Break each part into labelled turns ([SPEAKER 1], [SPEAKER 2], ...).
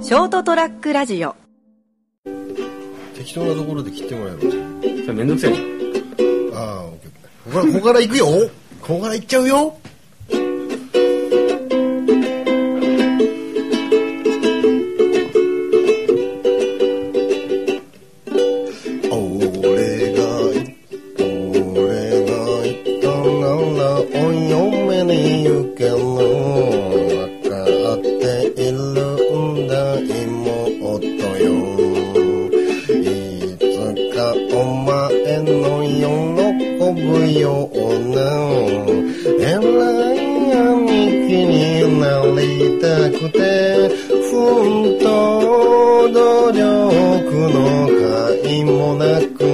[SPEAKER 1] ショートトラックラジオ
[SPEAKER 2] 適当なところで切ってもらえばいいじゃん
[SPEAKER 3] それめんど くせえじゃん
[SPEAKER 2] ああ、オッケー。ここから、ここから行くよ。ここから行っちゃうよ。俺が、俺が言ったなら、お嫁に行ける。分かっているんだ、妹よ。いつかお前の喜ぶような偉い兄貴になりたくて奮闘努力の甲斐もなく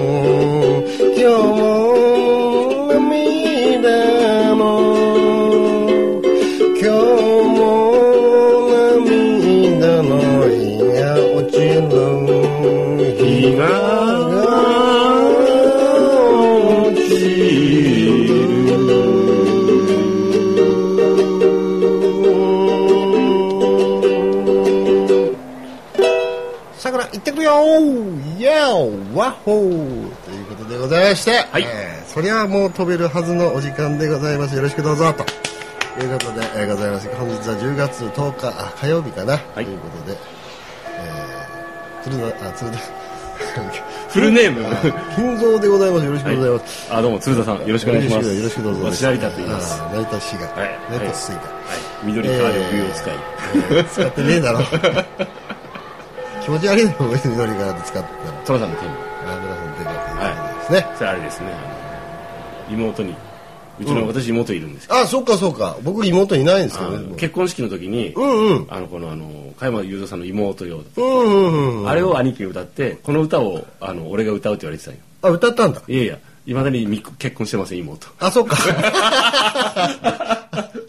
[SPEAKER 2] 今日も涙の今日も涙の日が落ちる
[SPEAKER 3] 日が落ちる
[SPEAKER 2] さくら行ってくよーイエーワッホーということでございまして、
[SPEAKER 3] はい
[SPEAKER 2] えーそりゃもう飛べるはずのお時間でございますよろしくどうぞということで、えーございます本日は10月10日あ火曜日かな、
[SPEAKER 3] い
[SPEAKER 2] ということで、えー、鶴田あ鶴田
[SPEAKER 3] フルネーム
[SPEAKER 2] 金蔵でございますよろしくございます、
[SPEAKER 3] あどうも鶴田さんよろしくお願いします
[SPEAKER 2] よろしくどうぞ。
[SPEAKER 3] 私成田と言います
[SPEAKER 2] あー。成田市が。
[SPEAKER 3] はい
[SPEAKER 2] 成田市が。
[SPEAKER 3] はい緑川緑を使い、
[SPEAKER 2] 使ってねえだろ。気持ち悪いだろ、俺のりからで使ってたら。
[SPEAKER 3] トラさんの件も
[SPEAKER 2] あ村さん出かけてですね。
[SPEAKER 3] それあれですねあの妹にうちの、私妹いるんですけ
[SPEAKER 2] あ、そっかそっか。僕妹いないんですけ
[SPEAKER 3] ど、
[SPEAKER 2] ど
[SPEAKER 3] あの
[SPEAKER 2] ね。
[SPEAKER 3] 結婚式の時に、
[SPEAKER 2] うんうん。
[SPEAKER 3] あのこのあの加山雄三さんの妹よ、
[SPEAKER 2] うんうんうん。
[SPEAKER 3] あれを兄貴が歌ってこの歌をあの俺が歌うって言われてたんよ
[SPEAKER 2] あ、歌ったんだ。
[SPEAKER 3] いやいやいまだに未結婚してません妹
[SPEAKER 2] あ、そっ か。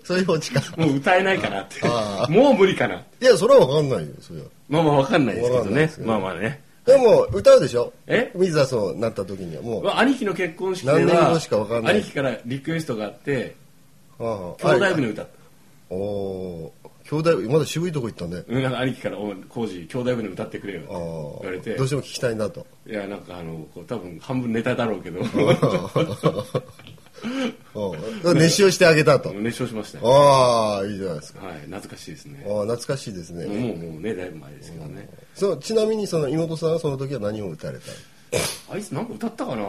[SPEAKER 2] そういうオチか。
[SPEAKER 3] もう歌えないかな って
[SPEAKER 2] あ
[SPEAKER 3] もう無理かない
[SPEAKER 2] や、それはわかんないよ、それは。
[SPEAKER 3] まあまあわかんないですけど
[SPEAKER 2] わかんない
[SPEAKER 3] ね
[SPEAKER 2] ですよ
[SPEAKER 3] まあまあね
[SPEAKER 2] でも、歌うでしょ
[SPEAKER 3] え
[SPEAKER 2] ミザそうなった時にはもう。
[SPEAKER 3] まあ兄貴の結婚式で
[SPEAKER 2] 何年後
[SPEAKER 3] は
[SPEAKER 2] しかわかんない
[SPEAKER 3] 兄貴からリクエストがあって
[SPEAKER 2] あ
[SPEAKER 3] 兄弟部の歌って
[SPEAKER 2] おおー兄弟まだ渋いとこ行ったね
[SPEAKER 3] うんなんか兄貴から「お前浩二兄弟部で歌ってくれよ」って
[SPEAKER 2] ああ
[SPEAKER 3] 言われて
[SPEAKER 2] どうしても聞きたいなと
[SPEAKER 3] いやなんかあのこう多分半分ネタだろうけど
[SPEAKER 2] うん熱唱してあげたと
[SPEAKER 3] 熱唱しましたよ
[SPEAKER 2] ああいいじゃないですか
[SPEAKER 3] はい懐かしいですね
[SPEAKER 2] ああ懐かしいです
[SPEAKER 3] も
[SPEAKER 2] ね
[SPEAKER 3] うもうもうねだいぶ前ですけどね
[SPEAKER 2] そのちなみにその妹さんはその時は何を歌われた
[SPEAKER 3] あいつなんか歌ったかな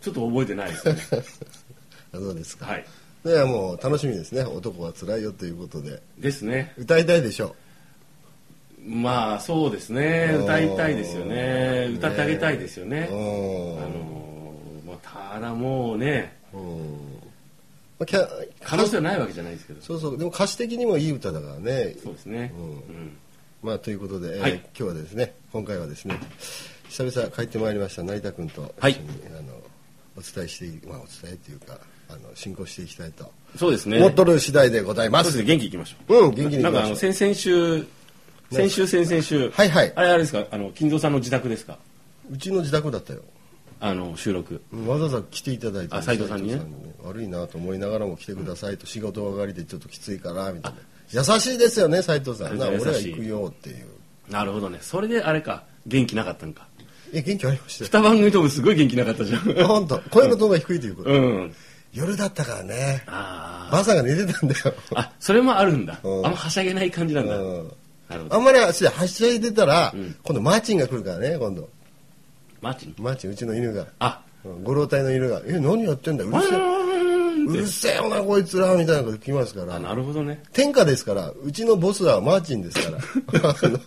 [SPEAKER 3] ちょっと覚えてないですね
[SPEAKER 2] のあそうですか、
[SPEAKER 3] はい
[SPEAKER 2] ではもう楽しみですね男は辛いよということで
[SPEAKER 3] ですね
[SPEAKER 2] 歌いたいでしょ
[SPEAKER 3] まあそうですね歌いたいですよね歌ってあげたいですよね
[SPEAKER 2] ううん
[SPEAKER 3] あのーまあただもうね
[SPEAKER 2] うんまあキャ
[SPEAKER 3] 可能性はないわけじゃないですけど
[SPEAKER 2] そうそうでも歌詞的にもいい歌だからね
[SPEAKER 3] そうですね
[SPEAKER 2] うん
[SPEAKER 3] うん
[SPEAKER 2] まあということで、えー
[SPEAKER 3] はい
[SPEAKER 2] 今日はですね今回はですね久々帰ってまいりました成田君と
[SPEAKER 3] はい
[SPEAKER 2] 一緒に、あのお伝えしてまあお伝えというかあの進行していきたいと
[SPEAKER 3] そうですね
[SPEAKER 2] 思っとる次第でございま
[SPEAKER 3] そうです
[SPEAKER 2] す。
[SPEAKER 3] ね元気いきましょ
[SPEAKER 2] う
[SPEAKER 3] う
[SPEAKER 2] ん元気にいきましょう
[SPEAKER 3] なんかあの先々週先週先々週
[SPEAKER 2] はいはい
[SPEAKER 3] あれあれですかあの金蔵さんの自宅ですか
[SPEAKER 2] うちの自宅だったよ。
[SPEAKER 3] あの収録
[SPEAKER 2] うんわざわざ来ていただいて
[SPEAKER 3] あ斉藤さんにね
[SPEAKER 2] 斉悪いなと思いながらも来てくださいと、仕事上がりでちょっときついからみたいな優しいですよね斉藤さんな
[SPEAKER 3] 優しい
[SPEAKER 2] 俺は行くよっていう
[SPEAKER 3] なるほどねそれであれか元気なかったのか
[SPEAKER 2] え元気ありましたよ
[SPEAKER 3] 二番組ともすごい元気なかったじゃん
[SPEAKER 2] あ本当声のトーンが低いと いうこと、
[SPEAKER 3] うん
[SPEAKER 2] 夜だったからね
[SPEAKER 3] あ
[SPEAKER 2] ばあさんが寝てたんだ よ
[SPEAKER 3] ああそれもあるんだあ
[SPEAKER 2] うん
[SPEAKER 3] んまはしゃげない感じなんだ
[SPEAKER 2] うん
[SPEAKER 3] なるほ
[SPEAKER 2] あ
[SPEAKER 3] ど
[SPEAKER 2] んまりはしはしゃいでたら、
[SPEAKER 3] うん
[SPEAKER 2] 今度マーチンが来るからね今度
[SPEAKER 3] マーチン
[SPEAKER 2] マーチンうちの犬が
[SPEAKER 3] あ
[SPEAKER 2] うんご老体の犬が「え何やってんだうる
[SPEAKER 3] ワ
[SPEAKER 2] せえ
[SPEAKER 3] ーン
[SPEAKER 2] う
[SPEAKER 3] って
[SPEAKER 2] るせえよなこいつら」みたいなこと来ますか
[SPEAKER 3] あ
[SPEAKER 2] ら
[SPEAKER 3] なるほどね
[SPEAKER 2] 天下ですからうちのボスはマーチンですから あの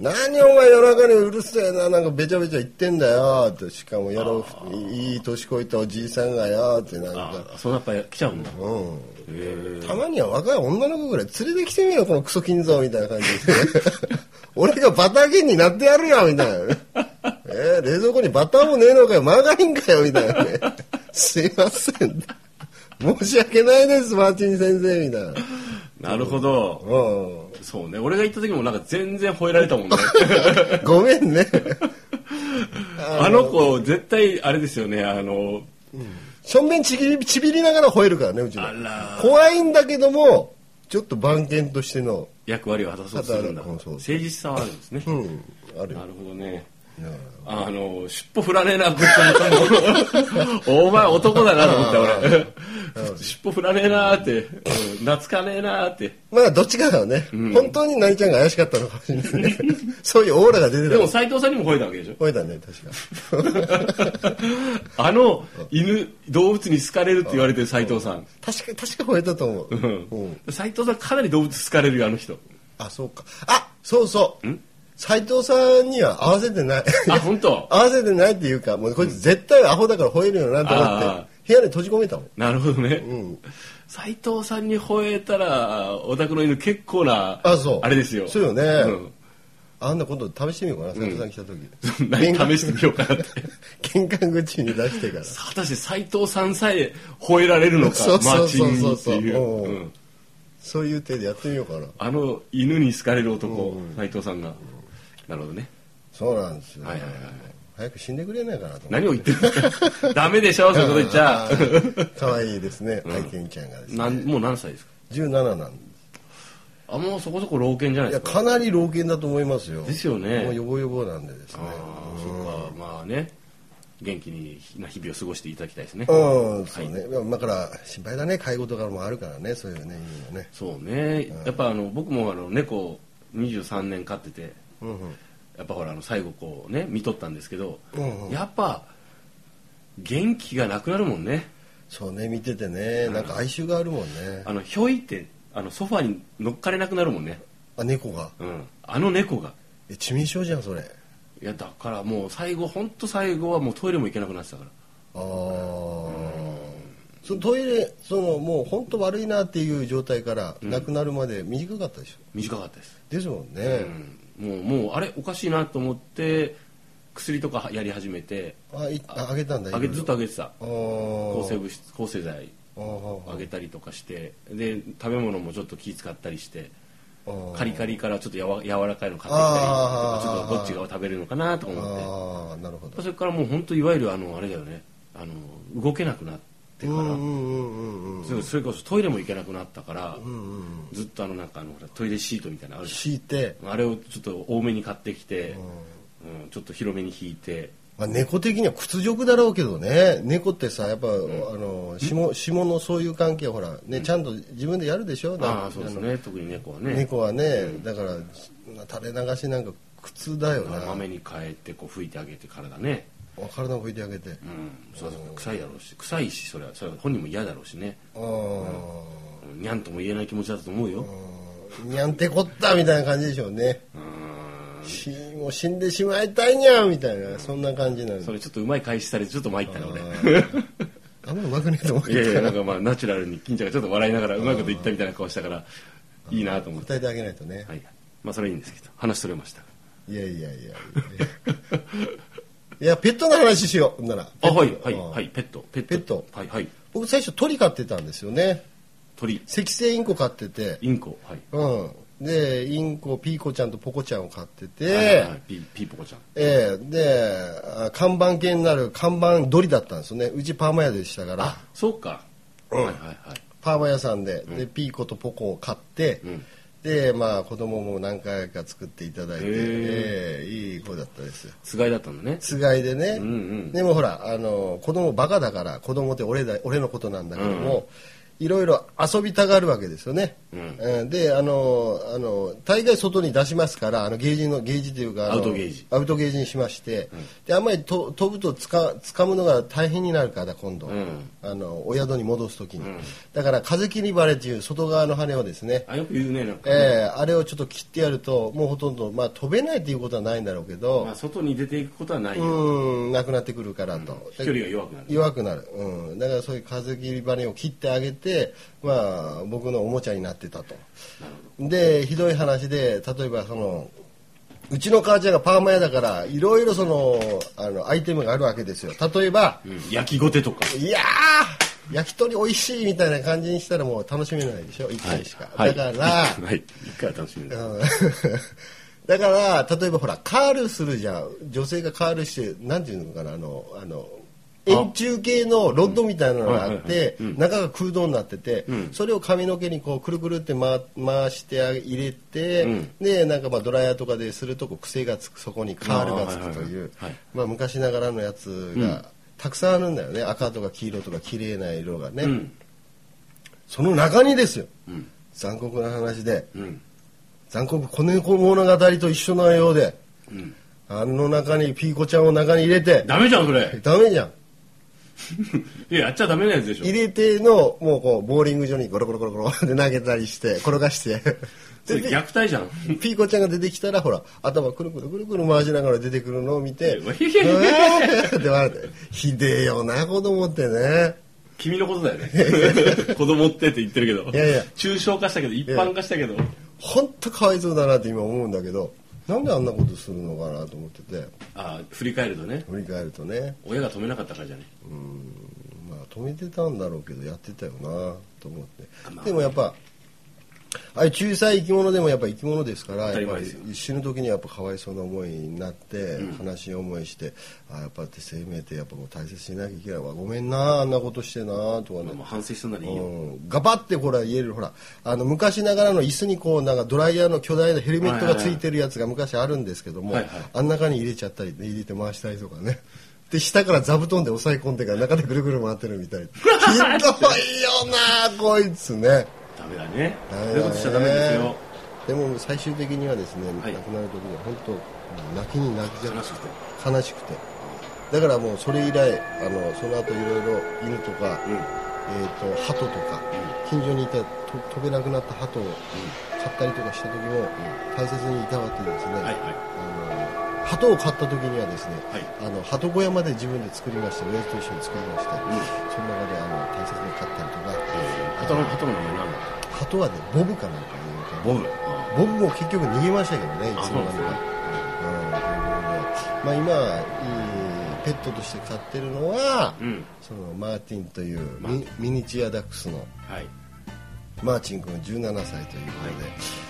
[SPEAKER 2] 何お前夜中にうるせえななんかべちゃべちゃ言ってんだよってしかもやろういい年こいたおじいさんがよってなんか
[SPEAKER 3] あそうやっぱり来ちゃうんだ
[SPEAKER 2] うん
[SPEAKER 3] へー
[SPEAKER 2] たまには若い女の子ぐらい連れてきてみよこのクソ金蔵みたいな感じで 俺がバター芸人になってやるよみたいなね えー冷蔵庫にバターもねえのかよマーガリンかよみたいなね すいません申し訳ないですマーチン先生みたいな
[SPEAKER 3] なるほど
[SPEAKER 2] うん
[SPEAKER 3] そうね俺が行った時もなんか全然吠えられたもんね
[SPEAKER 2] ごめんね
[SPEAKER 3] あの子絶対あれですよねあの
[SPEAKER 2] 正面ちぎりちびりながら吠えるからねうちの
[SPEAKER 3] あら
[SPEAKER 2] 怖いんだけどもちょっと番犬としての
[SPEAKER 3] 役割を果たそうとするん
[SPEAKER 2] だ
[SPEAKER 3] だ
[SPEAKER 2] からうんそう
[SPEAKER 3] 誠実さはあるんですね、
[SPEAKER 2] うんあるよ
[SPEAKER 3] なるほどね
[SPEAKER 2] いや
[SPEAKER 3] あの尻尾振らねえなぶっちゃんとも お前男だなと思った俺 尻尾振らねえなーってうん懐かねえなーって
[SPEAKER 2] まあどっちかだよね、本当に何ちゃんが怪しかったのかもしれない ねそういうオーラが出てた
[SPEAKER 3] でも
[SPEAKER 2] の
[SPEAKER 3] 斎藤さんにも吠えたわけでしょ
[SPEAKER 2] 声だね確か
[SPEAKER 3] あの犬動物に好かれるって言われてる斎藤さん
[SPEAKER 2] 確か確か吠えたと思う、う
[SPEAKER 3] うん斎藤さんかなり動物好かれるよあの人
[SPEAKER 2] あそうかあそうそう斎藤さんには合わせてない
[SPEAKER 3] あ本当
[SPEAKER 2] 合わせてないっていうかもうこいつ絶対アホだから吠えるよなと思
[SPEAKER 3] あ
[SPEAKER 2] っ
[SPEAKER 3] あ
[SPEAKER 2] て部屋に閉じ込めたもん
[SPEAKER 3] なるほどね
[SPEAKER 2] ん
[SPEAKER 3] 斎、藤さんに吠えたらお宅の犬結構な
[SPEAKER 2] あそう
[SPEAKER 3] れですよ
[SPEAKER 2] そうよね
[SPEAKER 3] ん
[SPEAKER 2] あんな今度試してみようかな斎藤さん来た時、
[SPEAKER 3] 何試してみようかなって
[SPEAKER 2] 玄関口に出してから
[SPEAKER 3] 果たして斎藤さんさえ吠えられるのか
[SPEAKER 2] そう
[SPEAKER 3] マ
[SPEAKER 2] そ
[SPEAKER 3] ー
[SPEAKER 2] う
[SPEAKER 3] チ
[SPEAKER 2] そう
[SPEAKER 3] ン
[SPEAKER 2] そ
[SPEAKER 3] に
[SPEAKER 2] う
[SPEAKER 3] っていう
[SPEAKER 2] おう
[SPEAKER 3] うん
[SPEAKER 2] そういう手でやってみようかな
[SPEAKER 3] あの犬に好かれる男斎、藤さんがなるほどね
[SPEAKER 2] そうなんですよ、
[SPEAKER 3] はいはいはい
[SPEAKER 2] 早く死んでくれないかなと思って
[SPEAKER 3] 何を言ってるんです かダメでしょそういうこと言っちゃ
[SPEAKER 2] 可愛いですね愛犬ちゃんがですね
[SPEAKER 3] なんもう何歳ですか
[SPEAKER 2] 17なんで
[SPEAKER 3] あもうそこそこ老犬じゃない
[SPEAKER 2] い
[SPEAKER 3] で
[SPEAKER 2] や
[SPEAKER 3] す
[SPEAKER 2] か
[SPEAKER 3] か
[SPEAKER 2] なり老犬だと思いますよ
[SPEAKER 3] ですよね
[SPEAKER 2] もうヨボヨボなんでですね
[SPEAKER 3] ああそっかまあね元気にな日々を過ごしていただきたいですね
[SPEAKER 2] うんそうね、だから心配だね介護とかもあるからねそういうねいいのね
[SPEAKER 3] そうねやっぱあの僕もあの猫を23年飼ってて
[SPEAKER 2] うんうん
[SPEAKER 3] やっぱほらあの最後こうね見とったんですけど、
[SPEAKER 2] うんうん
[SPEAKER 3] やっぱ元気がなくなるもんね
[SPEAKER 2] そうね見ててねなんか哀愁があるもんね
[SPEAKER 3] あのひょいってあのソファに乗っかれなくなるもんね、
[SPEAKER 2] あ猫が
[SPEAKER 3] うん、あの猫が
[SPEAKER 2] え致命傷じゃんそれ
[SPEAKER 3] いやだからもう最後本当最後はもうトイレも行けなくなってたから
[SPEAKER 2] ああそのトイレそのもう本当悪いなっていう状態からなくなるまで短かったでしょ、
[SPEAKER 3] 短かったです、
[SPEAKER 2] ですもんね、
[SPEAKER 3] うん、もうもうあれおかしいなと思って薬とかやり始めて
[SPEAKER 2] あいああげたんだ
[SPEAKER 3] あげずっとあげてた
[SPEAKER 2] あ抗
[SPEAKER 3] 抗生物質抗生剤あげたりとかしてで食べ物もちょっと気使ったりしてカリカリからちょっとやわ柔らかいの買ってきたりと
[SPEAKER 2] あ
[SPEAKER 3] か
[SPEAKER 2] ー
[SPEAKER 3] ちょっとどっちが食べれるのかなとか思
[SPEAKER 2] あ
[SPEAKER 3] っ
[SPEAKER 2] あなるほ
[SPEAKER 3] て
[SPEAKER 2] ど
[SPEAKER 3] それからもう本当いわゆるあのあれだよねあの動けなくなって
[SPEAKER 2] う
[SPEAKER 3] か
[SPEAKER 2] んう
[SPEAKER 3] ら
[SPEAKER 2] んうんうんうん
[SPEAKER 3] それそれこそトイレも行けなくなったから
[SPEAKER 2] うんうん
[SPEAKER 3] ずっとあのなんかあのほらトイレシートみたいなのあるじゃん
[SPEAKER 2] 敷いて、
[SPEAKER 3] あれをちょっと多めに買ってきて
[SPEAKER 2] うん、
[SPEAKER 3] うん、ちょっと広めに引いて
[SPEAKER 2] まあ、猫的には屈辱だろうけどね猫ってさやっぱ、あの下下のそういう関係はほらね、ちゃんと自分でやるでしょなんか
[SPEAKER 3] ああそうですね特に猫はね
[SPEAKER 2] 猫はね、だから垂れ流しなんか苦痛だよな、
[SPEAKER 3] まめに変えてこう拭いてあげて体ね
[SPEAKER 2] 体を拭いてあげて、
[SPEAKER 3] うんそうそう臭いだろうし臭いしそれはそれは本人も嫌だろうしね
[SPEAKER 2] あー
[SPEAKER 3] うんにゃんとも言えない気持ちだと思うよ
[SPEAKER 2] にゃんてこったみたいな感じでしょうね、
[SPEAKER 3] うん
[SPEAKER 2] しもう死んでしまいたいにゃんみたいなそんな感じなん
[SPEAKER 3] そ
[SPEAKER 2] で
[SPEAKER 3] れちょっとうまい返しされてちょっと参ったな俺
[SPEAKER 2] あんまうまくねえと思っ
[SPEAKER 3] いやいや
[SPEAKER 2] て
[SPEAKER 3] なんかまあナチュラルに金ちゃんがちょっと笑いながらうまいこと言ったみたいな顔したからいいなと思って
[SPEAKER 2] 答えてあげないとね、
[SPEAKER 3] はいまあそれはいいんですけど話取れました
[SPEAKER 2] いやいやいやいやいやペットの話しようほんなら
[SPEAKER 3] あはいはい
[SPEAKER 2] うん
[SPEAKER 3] はいペットペット
[SPEAKER 2] ペット
[SPEAKER 3] はいはい
[SPEAKER 2] 僕最初鳥飼ってたんですよね
[SPEAKER 3] 鳥
[SPEAKER 2] 赤星インコ飼ってて
[SPEAKER 3] インコはい
[SPEAKER 2] うんでインコピーコちゃんとポコちゃんを飼ってて、
[SPEAKER 3] はいはいはいピピーポコちゃん
[SPEAKER 2] ええであ看板犬になる看板鳥だったんですよねうちパーマ屋でしたから
[SPEAKER 3] あそうかはいはいはい
[SPEAKER 2] パーマ屋さんで,、でピーコとポコを飼って、
[SPEAKER 3] ん
[SPEAKER 2] でまあ子供も何回か作っていただいて、
[SPEAKER 3] へえ
[SPEAKER 2] ええいい子だったですよ
[SPEAKER 3] つがいだったんだね
[SPEAKER 2] つがいでね、
[SPEAKER 3] うんうん
[SPEAKER 2] でもほらあの子供バカだから子供って俺だ俺のことなんだけども、いろいろ遊びたがるわけですよね、
[SPEAKER 3] うん
[SPEAKER 2] うんであのあの大概外に出しますからあのゲージのゲージというかあの
[SPEAKER 3] アウトゲージ
[SPEAKER 2] アウトゲージにしまして、であんまりと飛ぶとつか掴むのが大変になるから今度、
[SPEAKER 3] うん
[SPEAKER 2] あのお宿に戻す時に、だから風切りバレという外側の羽をですね、
[SPEAKER 3] あよく言うねなんかね
[SPEAKER 2] えーあれをちょっと切ってやるともうほとんど、まあ、飛べないということはないんだろうけど、
[SPEAKER 3] まあ外に出ていくことはないよ
[SPEAKER 2] うんなくなってくるからと、
[SPEAKER 3] 飛距離が弱くなる
[SPEAKER 2] 弱くなる、うん、だからそういう風切りバネを切ってあげて、まあ、僕のおもちゃになってたとでひどい話で例えばそのうちの母ちゃんがパーマ屋だからいろいろそのあのアイテムがあるわけですよ例えば、
[SPEAKER 3] うん焼きごてとか
[SPEAKER 2] いやー焼き鳥美味しいみたいな感じにしたらもう楽しめないでしょ一回しか、
[SPEAKER 3] はい
[SPEAKER 2] だから、
[SPEAKER 3] はい一回は楽しみだ
[SPEAKER 2] うん だから例えばほらカールするじゃん女性がカールしてなんていうのかなあのあの円柱形のロッドみたいなのがあっ
[SPEAKER 3] うんはいはいはい
[SPEAKER 2] て中が空洞になっててそれを髪の毛にこうくるくるって回回して入れ
[SPEAKER 3] う
[SPEAKER 2] て
[SPEAKER 3] ん
[SPEAKER 2] でなんかまあドライヤーとかでするとこう癖がつくそこにカールがつくという
[SPEAKER 3] あーはいはいはい
[SPEAKER 2] まあ昔ながらのやつがたくさんあるんだよね赤とか黄色とか綺麗な色が
[SPEAKER 3] う
[SPEAKER 2] ね
[SPEAKER 3] ん
[SPEAKER 2] その中にですよ
[SPEAKER 3] うん
[SPEAKER 2] 残酷な話で
[SPEAKER 3] うん
[SPEAKER 2] 残酷子猫物語と一緒のようで
[SPEAKER 3] うん
[SPEAKER 2] あの中にピーコちゃんを中に入れて
[SPEAKER 3] ダメじゃんそれ
[SPEAKER 2] ダメじゃん
[SPEAKER 3] いややっちゃダメなやつでしょ
[SPEAKER 2] 入れてのもうこうボーリング場にゴロゴロゴロゴロって投げたりして転がして
[SPEAKER 3] それ
[SPEAKER 2] でで
[SPEAKER 3] 虐 待じゃん
[SPEAKER 2] ピーコちゃんが出てきたらほら頭くるくるくるくる回しながら出てくるのを見て「う
[SPEAKER 3] うわ
[SPEAKER 2] わ
[SPEAKER 3] ひひひ
[SPEAKER 2] ーって笑ってひでえよな子供ってね
[SPEAKER 3] 君のことだよね子供ってって言ってるけど
[SPEAKER 2] いやいや
[SPEAKER 3] 抽象化したけど一般化したけど
[SPEAKER 2] ほんとかわいそうだなって今思うんだけどなんであんなことするのかなと思ってて
[SPEAKER 3] ああ振り返るとね
[SPEAKER 2] 振り返るとね
[SPEAKER 3] 親が止めなかったからじゃね
[SPEAKER 2] まあ止めてたんだろうけどやってたよなと思って
[SPEAKER 3] まあ
[SPEAKER 2] でもやっぱああいう小さい生き物でもやっぱ生き物ですから
[SPEAKER 3] 当たり
[SPEAKER 2] やっぱ
[SPEAKER 3] 前
[SPEAKER 2] り
[SPEAKER 3] ですよ
[SPEAKER 2] 死ぬ時にやっぱかわいそうな思いになって悲しい思いしてああやっぱって生命ってやっぱもう大切にしなきゃいけないわごめんなあんなことしてなとか
[SPEAKER 3] まあま
[SPEAKER 2] ね
[SPEAKER 3] あ反省するならいいよ
[SPEAKER 2] うんガバってほら言えるほらあの昔ながらの椅子にこうなんかドライヤーの巨大なヘルメットがついてるやつが昔あるんですけども、
[SPEAKER 3] はいはい
[SPEAKER 2] あん中に入れちゃったりね入れて回したりとかねで下から座布団で押さえ込んでから中でぐるぐる回ってるみたいなひどいよなこいつね
[SPEAKER 3] ダメだね
[SPEAKER 2] ダ
[SPEAKER 3] そ
[SPEAKER 2] メだね
[SPEAKER 3] ういうことしちゃダメですよ
[SPEAKER 2] でも最終的にはですね、
[SPEAKER 3] はい
[SPEAKER 2] 亡くなる時には本当もう泣きに泣きじゃな
[SPEAKER 3] 悲
[SPEAKER 2] く
[SPEAKER 3] しくて
[SPEAKER 2] 悲しくてだからもうそれ以来あのその後いろいろ犬とか、
[SPEAKER 3] うん
[SPEAKER 2] えー、と鳩とか、近所にいたと飛べなくなった鳩を買ったりとかした時も、大切にいたわけですね、
[SPEAKER 3] はいは
[SPEAKER 2] あの鳩を買った時にはですね、
[SPEAKER 3] はい
[SPEAKER 2] あの鳩小屋まで自分で作りまして親父と一緒に作りまして、その中であの大切に飼ったりとか、
[SPEAKER 3] い頭の頭の名前なんだ
[SPEAKER 2] 鳩はねボブかなんかいうか
[SPEAKER 3] ボブあ
[SPEAKER 2] 僕も結局逃げましたけどねいつ
[SPEAKER 3] あ
[SPEAKER 2] の間にか。うんということでまあ、今、えーペットとして飼ってるのは、
[SPEAKER 3] あうん
[SPEAKER 2] そのマーティンという
[SPEAKER 3] マー
[SPEAKER 2] ミミニチュアダックスの
[SPEAKER 3] はい
[SPEAKER 2] マーチン君17歳というこ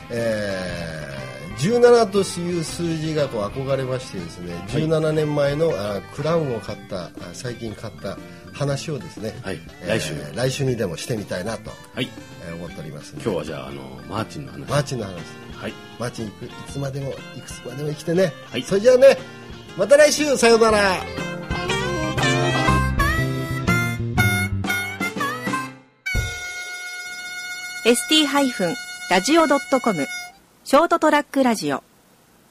[SPEAKER 2] とで、えー17という数字がこう憧れましてですね17年前の、あクラウンを買ったあ最近買った話をですね、
[SPEAKER 3] はい
[SPEAKER 2] えー
[SPEAKER 3] 来週
[SPEAKER 2] 来週にでもしてみたいなと
[SPEAKER 3] はい
[SPEAKER 2] えー思っておりますんで
[SPEAKER 3] 今日はじゃああのマーチンの話
[SPEAKER 2] マーチンの話です
[SPEAKER 3] はい
[SPEAKER 2] マーチンいくいつまでもいくつまでも生きてね、
[SPEAKER 3] はい
[SPEAKER 2] それじゃあねまた来週さようなら
[SPEAKER 1] ST-radio.com ショートトラックラジオ